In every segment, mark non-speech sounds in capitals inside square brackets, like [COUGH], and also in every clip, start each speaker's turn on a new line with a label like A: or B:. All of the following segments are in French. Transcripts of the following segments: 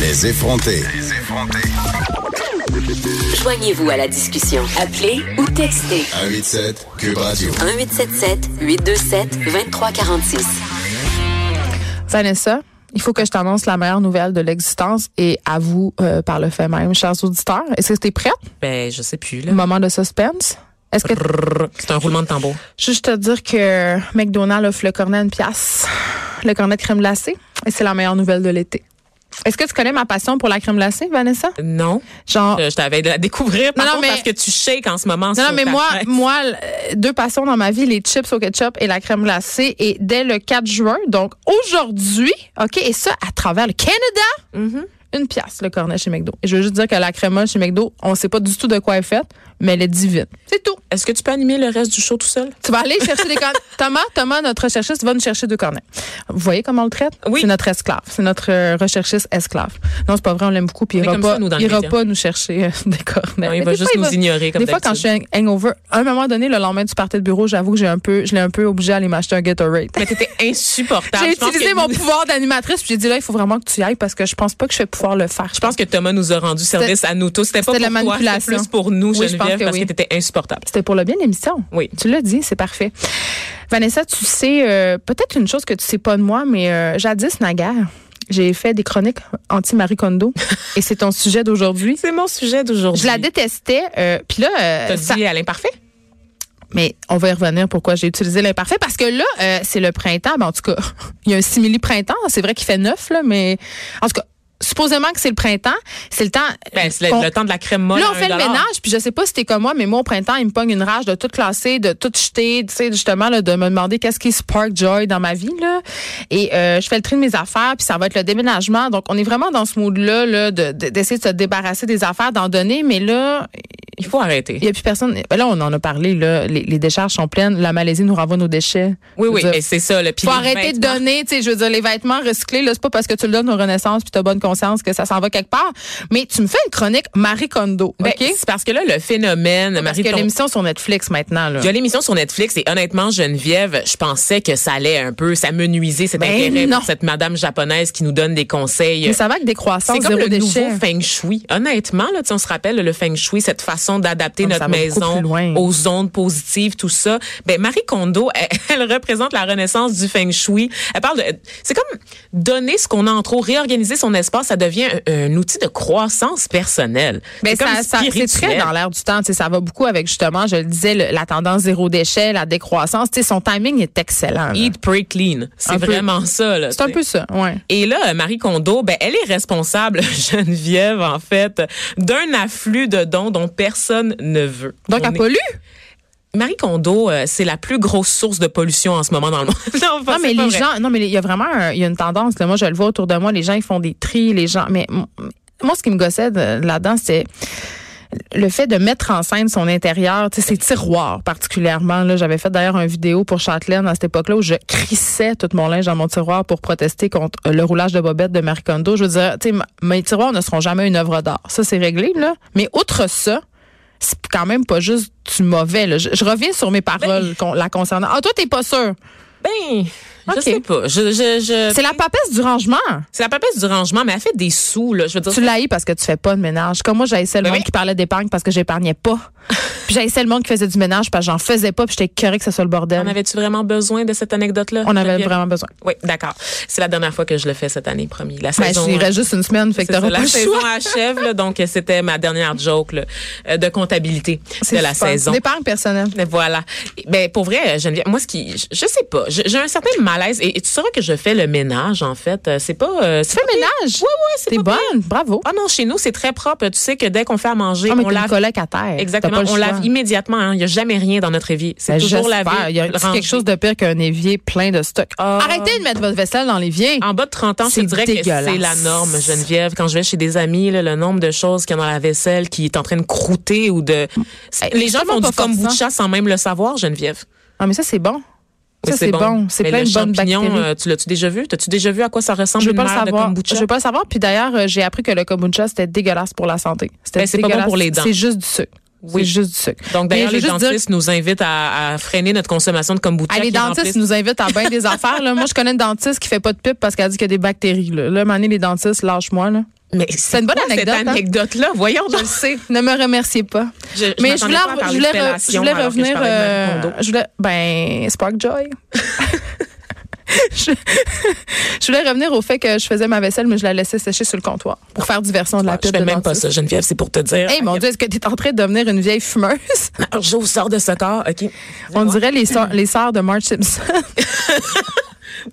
A: Les effronter.
B: Joignez-vous à la discussion. Appelez ou textez
A: 187 Cube Radio.
B: 1877 827 2346.
C: Vanessa, il faut que je t'annonce la meilleure nouvelle de l'existence et à vous euh, par le fait même, chers auditeurs. Est-ce que t'es prête?
D: Ben, je sais plus, là.
C: Moment de suspense. Est-ce que
D: Brrr, C'est un roulement de tambour.
C: juste te dire que McDonald's offre le cornet à une pièce, le cornet de crème glacée, et c'est la meilleure nouvelle de l'été. Est-ce que tu connais ma passion pour la crème glacée, Vanessa?
D: Non.
C: Genre,
D: Euh, Je, je t'avais de la découvrir. Par
C: Non, non,
D: contre,
C: mais-
D: parce que tu shakes en ce moment.
C: Non,
D: sur
C: non, mais
D: ta
C: moi,
D: chaise.
C: moi, euh, deux passions dans ma vie, les chips au ketchup et la crème glacée. Et dès le 4 juin, donc aujourd'hui, OK, et ça à travers le Canada,
D: Mm-hmm.
C: une pièce, le cornet chez McDo. Et je veux juste dire que la crème chez McDo, on sait pas du tout de quoi elle est faite, mais elle est divine. C'est tout.
D: Est-ce que tu peux animer le reste du show tout seul?
C: Tu vas aller chercher des cornets. [LAUGHS] Thomas, Thomas, notre recherchiste, va nous chercher deux cornets. Vous voyez comment on le traite?
D: Oui.
C: C'est notre esclave. C'est notre euh, recherchiste esclave. Non, c'est pas vrai, on l'aime beaucoup, puis il
D: Mais
C: ira
D: comme
C: pas,
D: ça, nous, dans le
C: il ira
D: média.
C: pas nous chercher euh, [LAUGHS] des cornets.
D: Non, il
C: Mais
D: va
C: des
D: juste
C: fois, il
D: nous
C: va-
D: ignorer comme
C: des fois, quand je
D: d'habitude.
C: suis hang- hangover, à un moment donné, le lendemain du party de bureau, j'avoue que j'ai un peu, je l'ai un peu obligé à aller m'acheter un Gatorade. [LAUGHS]
D: Mais t'étais insupportable.
C: J'ai
D: Je pense
C: utilisé
D: que-
C: mon pouvoir d'animatrice, puis j'ai dit là, il faut vraiment que tu y ailles parce que je pense pas que je vais pouvoir le faire.
D: Je pense que Thomas nous a rendu service à nous tous. C'était pas
C: c'était
D: pour
C: de la
D: toi, c'était
C: manipulation.
D: plus pour nous,
C: Oui, je
D: Geneviève,
C: pense que
D: parce
C: oui.
D: que t'étais insupportable.
C: C'était pour le bien de l'émission.
D: Oui.
C: Tu l'as dit, c'est parfait. Vanessa, tu sais euh, peut-être une chose que tu sais pas de moi, mais euh, jadis naguère, j'ai fait des chroniques anti-Marie
D: [LAUGHS]
C: Kondo et c'est ton sujet d'aujourd'hui.
D: C'est mon sujet d'aujourd'hui.
C: Je la détestais, euh, puis là, euh,
D: T'as
C: ça-
D: dit à l'imparfait?
C: mais on va y revenir pourquoi j'ai utilisé l'imparfait parce que là, euh, c'est le printemps, Ben, en tout cas, [LAUGHS] il y a un simili printemps. C'est vrai qu'il fait neuf là, mais en tout cas, supposément que c'est le printemps, c'est le temps.
D: Ben, c'est
C: qu'on-
D: le, le temps de la crème molle.
C: Là, on
D: à
C: fait le
D: 1$.
C: ménage, puis je sais pas si t'es comme moi, mais moi, au printemps, il me pogne une rage de tout classer, de tout jeter, tu sais, justement, là, de me demander qu'est-ce qui spark joy dans ma vie, là. Et euh, je fais le tri de mes affaires, puis ça va être le déménagement. Donc, on est vraiment dans ce mood-là, là, de- de- d'essayer de se débarrasser des affaires, d'en donner, mais là,
D: Il faut arrêter.
C: il y a plus personne. Ben là, on en a parlé, là, les, les décharges sont pleines, la Malaisie nous renvoie nos déchets.
D: Oui, oui,
C: Je veux dire,
D: et c'est ça. le
C: faut arrêter de donner, tu sais, je veux dire, les vêtements recyclés, là, c'est pas parce que tu le donnes aux Renaissance puis t'as bonne conscience que ça s'en va quelque part. Mais tu me fais une chronique Marie Kondo,
D: Ben,
C: OK?
D: C'est parce que là, le phénomène,
C: Parce
D: Marie,
C: que
D: ton-
C: l'émission sur Netflix maintenant, là.
D: Il y a l'émission sur Netflix et honnêtement, Geneviève, je pensais que ça allait un peu, ça menuisait cet
C: Ben
D: intérêt
C: non.
D: pour cette madame japonaise qui nous donne des conseils.
C: Mais ça va avec des croissants,
D: C'est comme
C: zéro
D: le
C: déchet.
D: nouveau feng shui. Honnêtement, là, tu sais, on se rappelle le feng shui, cette façon d'adapter
C: Non, mais ça va
D: notre
C: beaucoup
D: maison
C: plus loin.
D: aux ondes positives, tout ça. Ben Marie Kondo, [LAUGHS] elle, elle représente la renaissance du feng shui. Elle parle de, c'est comme donner ce qu'on a en trop, réorganiser son espace, ça devient un, un outil de croissance personnelle.
C: Ben,
D: c'est comme
C: ça- ça- c'est très
D: spirituel.
C: dans l'air du temps. tu sais, Ça va beaucoup avec, justement, je le disais, le- la tendance zéro déchet, la décroissance. Tu sais, son timing est excellent. là.
D: Eat, pray, clean. C'est
C: Un peu.
D: vraiment ça. là,
C: C'est un
D: tu sais.
C: peu ça, ouais.
D: Et là, euh, Marie Kondo, ben, elle est responsable, [LAUGHS] Geneviève, en fait, d'un afflux de dons dont personne ne veut.
C: Donc,
D: On
C: elle
D: est-
C: pollue.
D: Marie Kondo, euh, c'est la plus grosse source de pollution en ce moment dans le monde. [LAUGHS] non, enfin,
C: Non, mais
D: c'est pas
C: les
D: vrai.
C: gens, non, mais il y a vraiment un- il y a une tendance. là. Moi, je le vois autour de moi. Les gens, ils font des tri, les gens. Mais m- moi, ce qui me gossait de- là-dedans, c'est le fait de mettre en scène son intérieur, tu sais, ses tiroirs particulièrement. Là, j'avais fait d'ailleurs une vidéo pour Châtelaine à cette époque-là où je crissais tout mon linge dans mon tiroir pour protester contre euh, le roulage de bobette de Marie Kondo. Je veux dire, tu sais, m- mes tiroirs ne seront jamais une œuvre d'art. Ça, c'est réglé, là. Mais outre ça, c'est quand même pas juste du mauvais. là. Je, je reviens sur mes paroles con- la concernant. Ah, toi, t'es pas sûr.
D: Ben, je
C: Ok.
D: sais pas. Je, je, je...
C: C'est la papesse du rangement.
D: C'est la papesse du rangement, mais elle fait des sous, là. Je veux dire,
C: Tu l'haïs parce que tu fais pas de ménage. Comme moi, j'haïssais le
D: Ben
C: monde
D: oui.
C: qui parlait d'épargne parce que j'épargnais
D: [LAUGHS]
C: pas. puis j'haïssais le monde qui faisait du ménage parce que j'en faisais pas puis j'étais curée que ce soit le bordel.
D: en avais-tu vraiment besoin de cette anecdote-là?
C: On avait
D: Geneviève?
C: vraiment besoin.
D: Oui, d'accord. C'est la dernière fois que je le fais cette année, promis. La
C: Ben,
D: saison.
C: il
D: euh,
C: reste juste une semaine, fait que
D: C'est
C: t'auras
D: ça,
C: pas
D: la
C: le [LAUGHS]
D: saison
C: choix.
D: achève, là, donc euh, c'était ma dernière joke là, euh, de comptabilité de la
C: super.
D: saison. Ah
C: D'épargne personnelle.
D: Mais voilà. Ben pour vrai, euh, Geneviève, moi ce qui, je, je sais pas, je- j'ai un certain malaise et, et tu sauras que je fais le ménage en fait. Euh, C'est pas, euh, c'est
C: Tu fais
D: pas
C: le
D: pire.
C: ménage?
D: Ouais ouais, c'est
C: T'es
D: pas
C: bonne,
D: pire.
C: bravo.
D: Ah non, chez nous c'est très propre. Tu sais que dès qu'on fait à manger,
C: Ah, mais
D: on
C: t'es une
D: lave.
C: colocataire.
D: Exactement,
C: T'as pas le
D: on
C: choix.
D: lave immédiatement. hein. Il n'y a jamais rien dans notre évier. C'est
C: Ben,
D: toujours lavé.
C: j'espère. Il y a c'est
D: rangé.
C: quelque chose de pire qu'un évier plein de stock.
D: Ah.
C: Arrêtez de mettre votre vaisselle dans l'évier.
D: En bas de 30 ans, je te
C: C'est
D: dirais que
C: dégueulasse.
D: c'est la norme, Geneviève. Quand je vais chez des amis, là, le nombre de choses qu'il y a dans la vaisselle qui est en train de croûter ou de... C'est-
C: Eh,
D: Les gens
C: justement
D: font du
C: pas forçant.
D: kombucha sans même le savoir, Geneviève.
C: Ah, mais ça, c'est bon.
D: Oui,
C: Ça, c'est bon. C'est
D: Mais
C: plein
D: le
C: de bonnes
D: champignon,
C: bactéries.
D: euh, tu l'as-tu déjà vu? T'as-tu déjà vu à quoi ça ressemble
C: Je veux
D: une
C: pas le
D: mère de
C: savoir.
D: kombucha?
C: Je veux pas le savoir. Puis d'ailleurs, euh, j'ai appris que le kombucha c'était dégueulasse pour la santé. C'était
D: Ben, c'est pas bon
C: dégueulasse.
D: pour les dents.
C: C'est juste du sucre.
D: Oui.
C: C'est juste du sucre.
D: Donc,
C: Mais
D: d'ailleurs,
C: je veux
D: les
C: juste dire-
D: dentistes nous invitent à, à freiner notre consommation de kombucha.
C: Ah, les
D: qui
C: dentistes
D: remplissent-
C: nous invitent à bien
D: [LAUGHS]
C: des affaires. Là. Moi, je connais une dentiste qui fait pas de pipe parce qu'elle dit qu'il y a des bactéries. Là, là à un moment donné, les dentistes, lâche-moi. Là.
D: Mais
C: C'est une bonne
D: quoi
C: anecdote,
D: Cette
C: hein?
D: anecdote-là, voyons
C: Je
D: donc.
C: le sais. Ne me remerciez pas.
D: Je- je
C: Mais je
D: m'attendais
C: voulais,
D: pas à
C: je
D: parler de
C: voulais, re- je
D: fellation
C: voulais
D: alors que je
C: revenir.
D: parlais de Marie
C: euh,
D: Kondo.
C: je voulais, ben, Spark
D: [LAUGHS]
C: Joy. je, je voulais revenir au fait que je faisais ma vaisselle, mais je la laissais sécher sur le comptoir pour faire diversion de la
D: Ah, Je
C: pile
D: fais
C: de
D: même pas
C: dentiste.
D: ça, Geneviève, c'est pour te dire.
C: Hey, mon Dieu, est-ce que tu es en train de devenir une vieille
D: [LAUGHS]
C: fumeuse?
D: Alors, je sors de ce corps, OK.
C: On dirait les sœurs, les sœurs de Marge Simpson.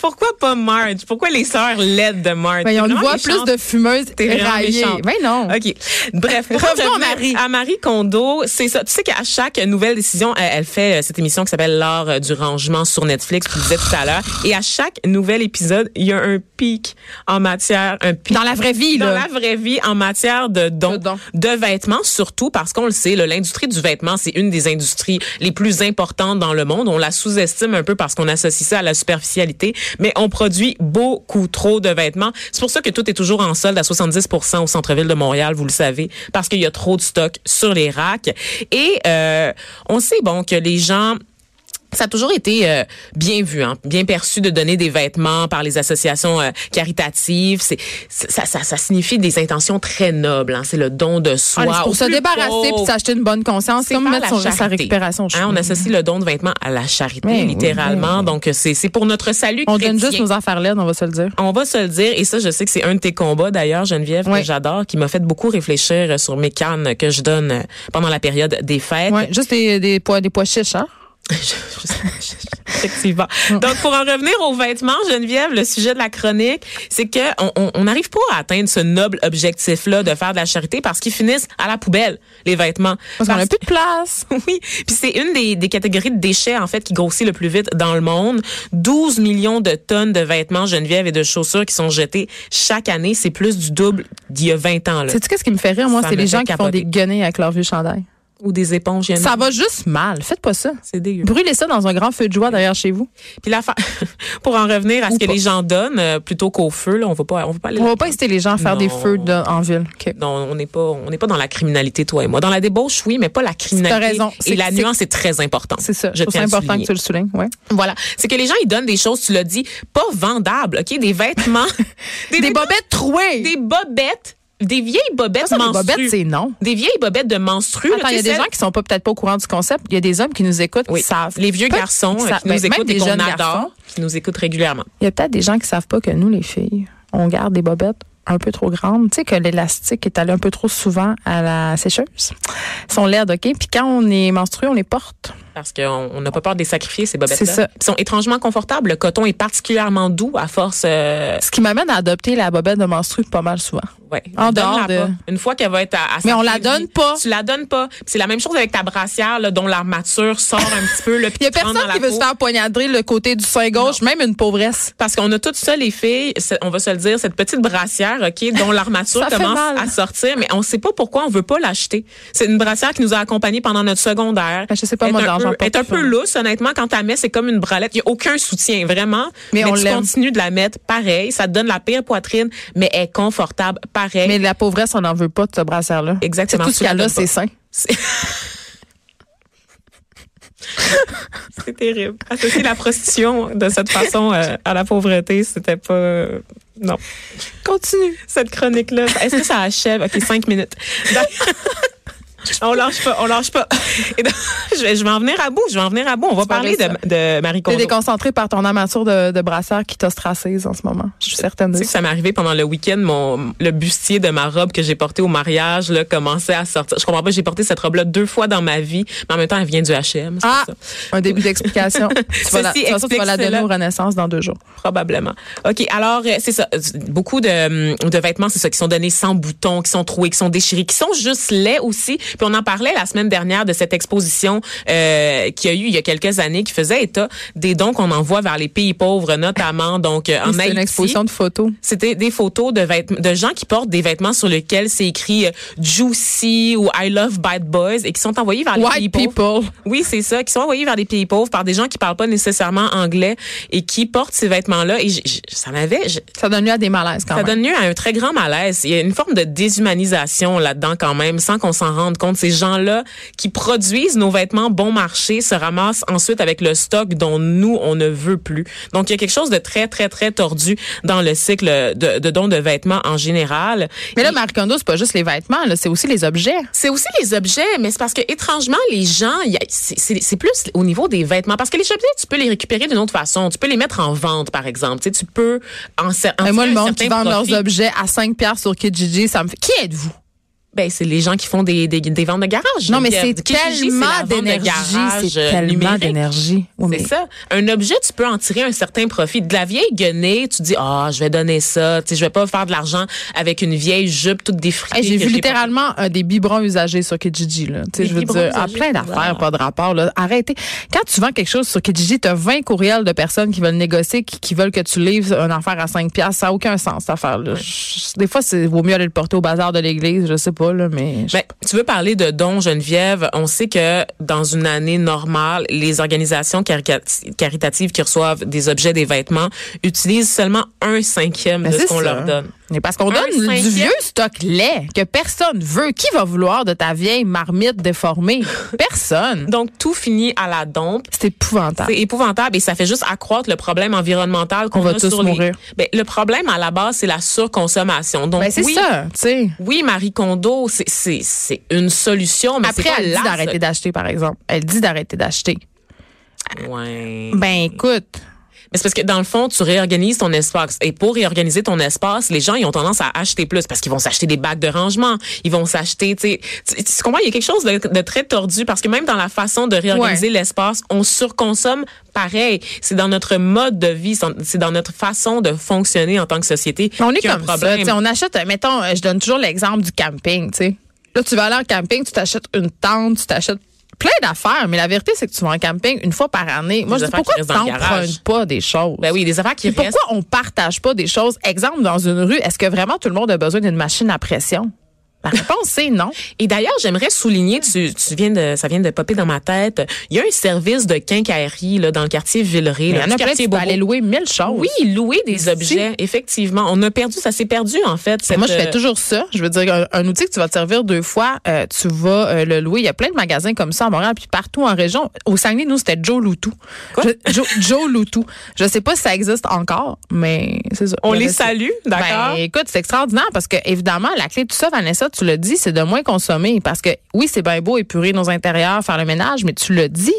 D: Pourquoi pas Marge? Pourquoi les sœurs laides de Marge?
C: Ben, on
D: Vraiment
C: voit plus
D: méchante.
C: de fumeuses
D: T'es vraiment
C: raillées.
D: méchante.
C: Ben non.
D: OK.
C: [LAUGHS]
D: Bref, pour
C: Revenons à
D: revenir
C: Marie.
D: À Marie Kondo, c'est ça. Tu sais qu'à chaque nouvelle décision, elle, elle fait euh, cette émission qui s'appelle L'art euh, du rangement sur Netflix, que je disais tout à l'heure. Et à chaque nouvel épisode, il y a un pic en matière, un pic.
C: Dans la vraie vie,
D: Dans
C: là.
D: la vraie vie, en matière de dons,
C: De
D: de,
C: dons.
D: vêtements, surtout parce qu'on le sait, là, l'industrie du vêtement, c'est une des industries les plus importantes dans le monde. On la sous-estime un peu parce qu'on associe ça à la superficialité, mais on produit beaucoup trop de vêtements. C'est pour ça que tout est toujours en solde à 70 au centre-ville de Montréal, vous le savez, parce qu'il y a trop de stock sur les racks. Et euh, on sait, bon, que les gens... Ça a toujours été euh, bien vu, hein, bien perçu de donner des vêtements par les associations euh, caritatives. C'est c'est- ça, ça, ça signifie des intentions très nobles. Hein, c'est le don de soi.
C: Ah, c'est
D: au
C: pour se
D: plus
C: débarrasser
D: pauvre.
C: puis s'acheter une bonne conscience,
D: C'est
C: comme
D: faire
C: mettre
D: la
C: son, sa
D: charité.
C: récupération. au
D: Hein, on
C: chemin.
D: associe le don de vêtements à la charité,
C: Mais oui,
D: littéralement. Donc c'est c'est pour notre salut.
C: on donne
D: chrétien.
C: juste nos affaires laides, on va se le dire.
D: On va se le dire, et ça, je sais que c'est un de tes combats d'ailleurs, Geneviève,
C: Ouais.
D: que j'adore, qui m'a fait beaucoup réfléchir euh, sur mes cannes que je donne euh, pendant la période des fêtes.
C: Ouais, juste des, des pois, des pois chiches, hein? [LAUGHS]
D: Je- je- je- Effectivement.
C: Mm.
D: Donc, pour en revenir aux vêtements, Geneviève, le sujet de la chronique, c'est que on- on on n'arrive pas à atteindre ce noble objectif-là de faire de la charité parce qu'ils finissent à la poubelle, les vêtements.
C: Parce qu'on a plus de place.
D: [LAUGHS] Oui, puis c'est une des, des catégories de déchets, en fait, qui grossit le plus vite dans le monde. 12 millions de tonnes de vêtements, Geneviève, et de chaussures qui sont jetées chaque année. C'est plus du double d'il y a 20 ans, là.
C: Sais-tu qu'est-ce qui me fait rire, moi?
D: Ça
C: C'est
D: me
C: les
D: fait
C: gens qui font
D: capoter.
C: des guenilles avec leur vieux chandail.
D: Ou des éponges, Geneviève.
C: Ça va juste mal. Faites pas ça.
D: C'est dégueu.
C: Brûlez ça dans un grand feu de joie derrière chez vous.
D: Puis la fa- [LAUGHS] pour en revenir à ce
C: Ou
D: que
C: pas.
D: les gens donnent, euh, plutôt qu'au feu, là, on va pas, on va pas aller
C: On va pas inciter les gens à faire des
D: Non.
C: feux de- en ville. OK.
D: non, on n'est pas, on n'est pas dans la criminalité, toi et moi. Dans la débauche, oui, mais pas la criminalité.
C: T'as raison. C'est-
D: Et la
C: c'est-
D: nuance est très importante.
C: C'est ça.
D: Je
C: Je trouve ça
D: tiens à le
C: important que
D: souligner.
C: tu le soulignes. Ouais.
D: Voilà. C'est que les gens, ils donnent des choses, tu l'as dit, pas vendables, OK? Des vêtements.
C: [LAUGHS] Des
D: vêtements-
C: bobettes trouées.
D: Des bobettes. Des vieilles bobettes
C: Ça, les
D: menstrues.
C: bobettes, c'est non.
D: Des vieilles bobettes de menstrues. là,
C: Attends, il y a
D: tu sais,
C: des gens
D: celles-
C: qui sont pas peut-être pas au courant du concept. Il y a des hommes qui nous écoutent
D: Oui,
C: qui savent.
D: les vieux
C: Peut-
D: garçons
C: qui
D: euh,
C: savent-
D: qui nous
C: ben, même
D: écoutent
C: des
D: et qu'on
C: jeunes
D: adore,
C: garçons.
D: qui nous écoutent régulièrement.
C: Il y a peut-être des gens qui savent pas que nous, les filles, on garde des bobettes un peu trop grandes. Tu sais que l'élastique est allé un peu trop souvent à la sécheuse. Ils sont laides, OK? Puis quand on est menstrué, on les porte.
D: Parce qu'on on n'a pas peur de les sacrifier, ces bobettes-là.
C: C'est ça.
D: Ils sont étrangement confortables. Le coton est particulièrement doux à force. euh,
C: Ce qui m'amène à adopter la bobette de menstrue pas mal souvent.
D: Ouais.
C: En
D: Donne-la
C: dehors de-
D: pas. Une fois qu'elle va être à, à
C: Mais
D: sa
C: on la
D: fin de
C: donne
D: vie,
C: pas.
D: Tu la donnes pas. Puis C'est la même chose avec ta brassière, là, dont l'armature sort un petit peu. là, puis
C: Il [LAUGHS] y a
D: tu rentres
C: personne
D: dans
C: qui
D: la
C: veut se
D: peau.
C: faire poignarder le côté du sein gauche, même une pauvresse.
D: Parce qu'on a toutes ça, les filles, c'est- on va se le dire, cette petite brassière, OK, dont l'armature
C: [LAUGHS] Ça fait
D: commence
C: mal.
D: à sortir, mais on sait pas pourquoi on veut pas l'acheter. C'est une brassière qui nous a accompagnés pendant notre secondaire.
C: Ben, je sais pas,
D: Elle est
C: moi,
D: un
C: dans-
D: peu-
C: j'en
D: elle est un
C: porte pas.
D: peu lousse, honnêtement. Quand tu la mets, c'est comme une bralette. Il n'y a aucun soutien, vraiment.
C: Mais on
D: tu
C: l'aime.
D: continues de la mettre pareil. Ça te donne la pire poitrine, mais elle est confortable pareil.
C: Mais la pauvresse, on n'en veut pas de ce brassière-là.
D: Exactement,
C: C'est tout ce
D: tu la
C: qu'il y a là,
D: donnes
C: c'est sain.
D: pas. C'est terrible. Associer la prostitution de cette façon euh, à la pauvreté, c'était pas. euh, non.
C: Continue.
D: Cette chronique-là. Est-ce que ça achève? OK,
C: [LAUGHS]
D: cinq minutes. Dans- On lâche pas, on lâche pas. Et donc, [LAUGHS] je, vais, je vais en venir à bout, je vais en venir à bout. On va
C: Tu vas
D: parler de,
C: rire,
D: de Marie
C: T'es
D: Kondo.
C: déconcentré par ton armature de, de brassière qui t'ostracise en ce moment. Je suis certaine de
D: Tu
C: ça.
D: sais que ça m'est arrivé pendant le week-end, mon le bustier de ma robe que j'ai portée au mariage là, commençait à sortir. Je comprends pas, j'ai porté cette robe-là deux fois dans ma vie, mais en même temps, elle vient du H&M. c'est
C: Ah,
D: pour ça.
C: un début
D: [LAUGHS]
C: d'explication. tu vas la,
D: Ceci
C: de toute façon, tu vas la
D: explique
C: donner
D: cela.
C: aux Renaissance dans deux jours.
D: Probablement. OK, alors euh, c'est ça. Euh, Beaucoup de, hum, de vêtements, c'est ça, qui sont donnés sans boutons, qui sont troués, qui sont déchirés, qui sont juste laids aussi. Puis on en parlait la semaine dernière de cette exposition euh, qu'il y a eu il y a quelques années qui faisait état des dons qu'on envoie vers les pays pauvres, notamment donc euh, en
C: C'est une
D: Haïti.
C: exposition de photos.
D: C'était des photos de vêtements, de gens qui portent des vêtements sur lesquels c'est écrit euh, Juicy ou I love bad boys et qui sont envoyés vers les pays
C: White
D: pauvres.
C: people.
D: Oui, c'est ça, qui sont envoyés vers des pays pauvres par des gens qui parlent pas nécessairement anglais et qui portent ces vêtements-là. Et j- j- ça m'avait, j-
C: Ça donne lieu à des malaises quand
D: ça
C: même.
D: donne lieu à un très grand malaise. Il y a une forme de déshumanisation là-dedans quand même, sans qu'on s'en rende contre, ces gens-là qui produisent nos vêtements bon marché se ramassent ensuite avec le stock dont nous, on ne veut plus. Donc, il y a quelque chose de très, très, très tordu dans le cycle de, de dons de vêtements en général.
C: Mais là,
D: Et-
C: Marie Kondo, c'est pas juste les vêtements, là, c'est aussi les objets.
D: c'est aussi les objets, mais c'est parce que étrangement les gens, il y a- c'est- c'est c'est plus au niveau des vêtements parce que les objets tu peux les récupérer d'une autre façon, tu peux les mettre en vente par exemple, tu sais, tu peux en, ser- en
C: Mais moi,
D: tirer
C: le
D: un
C: monde qui
D: certain
C: vend leurs
D: profit.
C: objets à 5 piastres sur Kijiji, ça me fait. Qui êtes-vous?
D: Ben c'est les gens qui font des, des, des ventes de garage.
C: Non, mais
D: Donc,
C: c'est
D: euh, Kijiji, c'est la
C: tellement
D: vente de
C: d'énergie.
D: garage,
C: C'est
D: euh,
C: tellement
D: numérique.
C: d'énergie. Oui, mais-
D: C'est ça. Un objet, tu peux en tirer un certain profit. De la vieille guenée, tu dis, ah, je vais donner ça. Tu sais, je vais pas faire de l'argent avec une vieille jupe toute défritée.
C: Hey, Eh, j'ai
D: que
C: vu
D: pas-
C: littéralement euh, des biberons usagés sur Kijiji. Là. Tu sais,
D: Des
C: Je veux
D: biberons
C: dire, ah,
D: usagés,
C: plein d'affaires,
D: wow.
C: pas de rapport. Là. Arrêtez. Quand tu vends quelque chose sur Kijiji, tu as 20 courriels de personnes qui veulent négocier, qui, qui veulent que tu livres une affaire à 5 piastres. Ça n'a aucun sens, cette affaire-là. Je- Des fois, c'est vaut mieux aller le porter au bazar de l'église, je sais pas, là, mais... je-
D: Ben, tu veux parler de dons, Geneviève. On sait que dans une année normale, les organisations carica- caritatives qui reçoivent des objets, des vêtements, utilisent seulement un cinquième
C: Ben,
D: de
C: c'est
D: ce qu'on
C: ça.
D: leur donne.
C: Mais parce qu'on
D: Un
C: donne du
D: cinquième.
C: vieux stock laid que personne veut. Qui va vouloir de ta vieille marmite déformée?
D: [LAUGHS]
C: Personne.
D: Donc, tout finit à la dompe.
C: C'est épouvantable.
D: C'est épouvantable et ça fait juste accroître le problème environnemental qu'on
C: On va
D: a
C: tous
D: sur les-
C: mourir.
D: Ben, le problème à la base, c'est la surconsommation. Donc
C: Ben, c'est
D: oui,
C: ça, tu sais.
D: oui, Marie Kondo, c'est- c'est c'est une solution, mais
C: Après,
D: c'est pas
C: elle dit
D: la-
C: d'arrêter d'acheter, par exemple. Elle dit d'arrêter d'acheter.
D: Ouais.
C: Ben écoute,
D: Mais c'est parce que dans le fond, tu réorganises ton espace. Et pour réorganiser ton espace, les gens, ils ont tendance à acheter plus parce qu'ils vont s'acheter des bacs de rangement. Ils vont s'acheter, tu sais. Tu- Tu comprends, il y a quelque chose de, de très tordu parce que même dans la façon de réorganiser
C: Ouais.
D: l'espace, on surconsomme pareil. C'est dans notre mode de vie, c'est en- c'est dans notre façon de fonctionner en tant que société.
C: on est
D: qu'il y a un
C: comme ça. tu sais, On achète, euh, mettons, euh, je donne toujours l'exemple du camping. tu sais. Là, tu vas aller en camping, tu t'achètes une tente, tu t'achètes plein d'affaires, mais la vérité, c'est que tu vas en camping une fois par année. Moi,
D: Des
C: je dis
D: affaires
C: pourquoi
D: qui restent dans le garage.
C: t'empruntes pas des choses?
D: Ben oui, des affaires qui
C: Puis
D: restent.
C: pourquoi on partage pas des choses? Exemple, dans une rue, est-ce que vraiment tout le monde a besoin d'une machine à pression? La réponse, c'est non.
D: Et d'ailleurs, j'aimerais souligner, tu, tu viens de, ça vient de popper dans ma tête. Il y a un service de quincaillerie là dans [LAUGHS] le quartier Villeray,
C: Il y en
D: là, petit
C: a plein
D: quartier
C: qui peuvent
D: bobo.
C: aller louer mille choses.
D: Oui, louer des objets, effectivement. On a perdu, ça s'est perdu en fait. cette,
C: Ben, Moi, je fais
D: euh,
C: toujours ça. Je veux dire, un, un outil que tu vas te servir deux fois, euh, tu vas euh, le louer. Il y a plein de magasins comme ça à Montréal, puis partout en région. Au Saguenay, nous, c'était Joe Loutou. Je- Joe, Joe Loutou. Je sais pas si ça existe encore, mais c'est ça.
D: On
C: Il y
D: les
C: avait ça.
D: salue,
C: Ben,
D: d'accord.
C: écoute, c'est extraordinaire parce que, évidemment, la clé de tout ça, Vanessa, tu le dis, c'est de moins consommer. Parce que, oui, c'est bien beau épurer nos intérieurs, faire le ménage, mais tu le dis,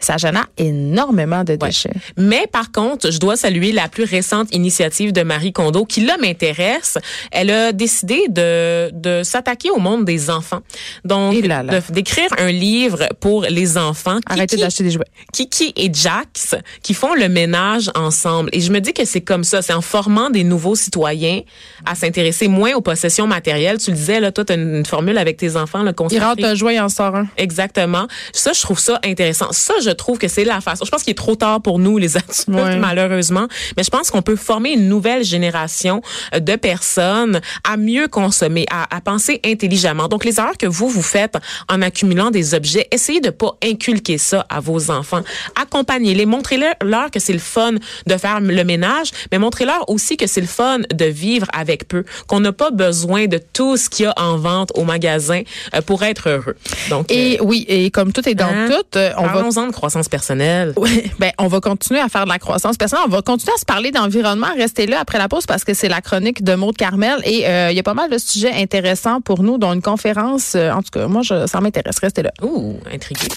C: ça génère énormément de déchets.
D: Mais par contre, je dois saluer la plus récente initiative de Marie Kondo qui là m'intéresse. Elle a décidé de, de s'attaquer au monde des enfants. Donc,
C: Et là là.
D: de- d'écrire un livre pour les enfants. qui-
C: Arrêtez
D: qui-
C: d'acheter des jouets.
D: Kiki et Jax qui font le ménage ensemble. Et je me dis que c'est comme ça, c'est en formant des nouveaux citoyens à s'intéresser moins aux possessions matérielles. Tu le disais, là, toi, tu une, une formule avec tes enfants, le
C: Il rentre un jouet, il en sort un.
D: Exactement. Ça, je trouve ça intéressant. Ça, je trouve que c'est la façon. Je pense qu'il est trop tard pour nous, les adultes,
C: Ouais.
D: malheureusement. Mais je pense qu'on peut former une nouvelle génération euh, de personnes à mieux consommer, à, à penser intelligemment. Donc, les erreurs que vous, vous faites en accumulant des objets, essayez de pas inculquer ça à vos enfants. Accompagnez-les. Montrez-leur que c'est le fun de faire le ménage, mais montrez-leur aussi que c'est le fun de vivre avec peu, qu'on n'a pas besoin de tout ce qu'il y a en vente au magasin euh, pour être heureux. Donc, euh,
C: Et oui, et comme tout est dans
D: Hein?
C: tout, euh, on va
D: Parlons-en de croissance personnelle.
C: Oui, ben, on va continuer à faire de la croissance personnelle. On va continuer à se parler d'environnement. Restez là après la pause parce que c'est la chronique de Maude Carmel et euh, il y a pas mal de sujets intéressants pour nous, dont une conférence. euh, en tout cas, moi, je, ça m'intéresse. Restez là.
D: Ouh, intrigué.